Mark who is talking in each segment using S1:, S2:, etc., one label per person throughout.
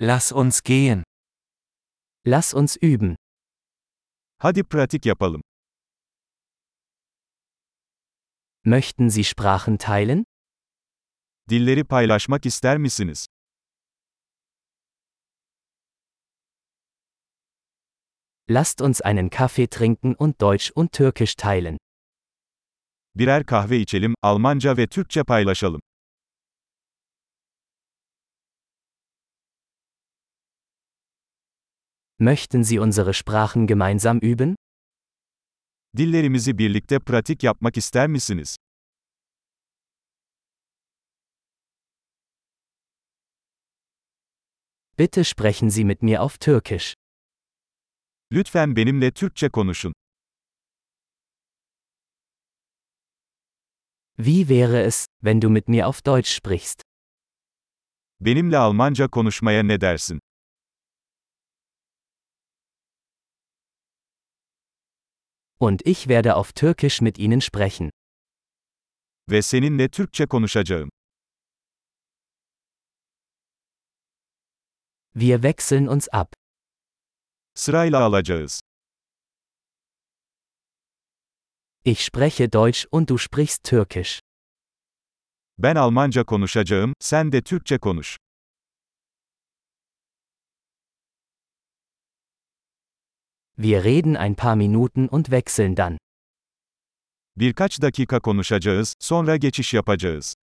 S1: Lass uns gehen.
S2: Lass uns üben.
S3: Hadi pratik yapalım.
S2: Möchten Sie Sprachen teilen?
S3: Dilleri paylaşmak ister misiniz?
S2: Lasst uns einen Kaffee trinken und Deutsch und Türkisch teilen.
S3: Birer kahve içelim, Almanca ve Türkçe paylaşalım.
S2: Möchten Sie unsere Sprachen gemeinsam üben?
S3: Dillerimizi birlikte pratik yapmak ister misiniz?
S2: Bitte sprechen Sie mit mir auf Türkisch.
S3: Lütfen benimle Türkçe konuşun.
S2: Wie wäre es, wenn du mit mir auf Deutsch sprichst?
S3: Benimle Almanca konuşmaya ne dersin?
S2: Und ich werde auf Türkisch mit Ihnen sprechen.
S3: Ve seninle Türkçe konuşacağım.
S2: Wir wechseln uns ab.
S3: Sırayla alacağız.
S2: Ich spreche Deutsch und du sprichst Türkisch.
S3: Ben Almanca konuşacağım, sen de Türkçe konuş.
S2: Wir reden ein paar Minuten und wechseln dann.
S3: Birkaç dakika konuşacağız, sonra geçiş yapacağız.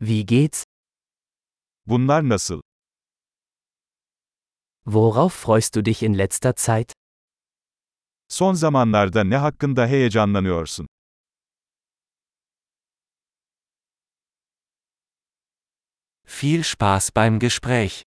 S2: Wie geht's?
S3: Bunlar nasıl?
S2: Worauf freust du dich in letzter Zeit?
S3: Son zamanlarda ne hakkında heyecanlanıyorsun?
S1: Viel Spaß beim Gespräch.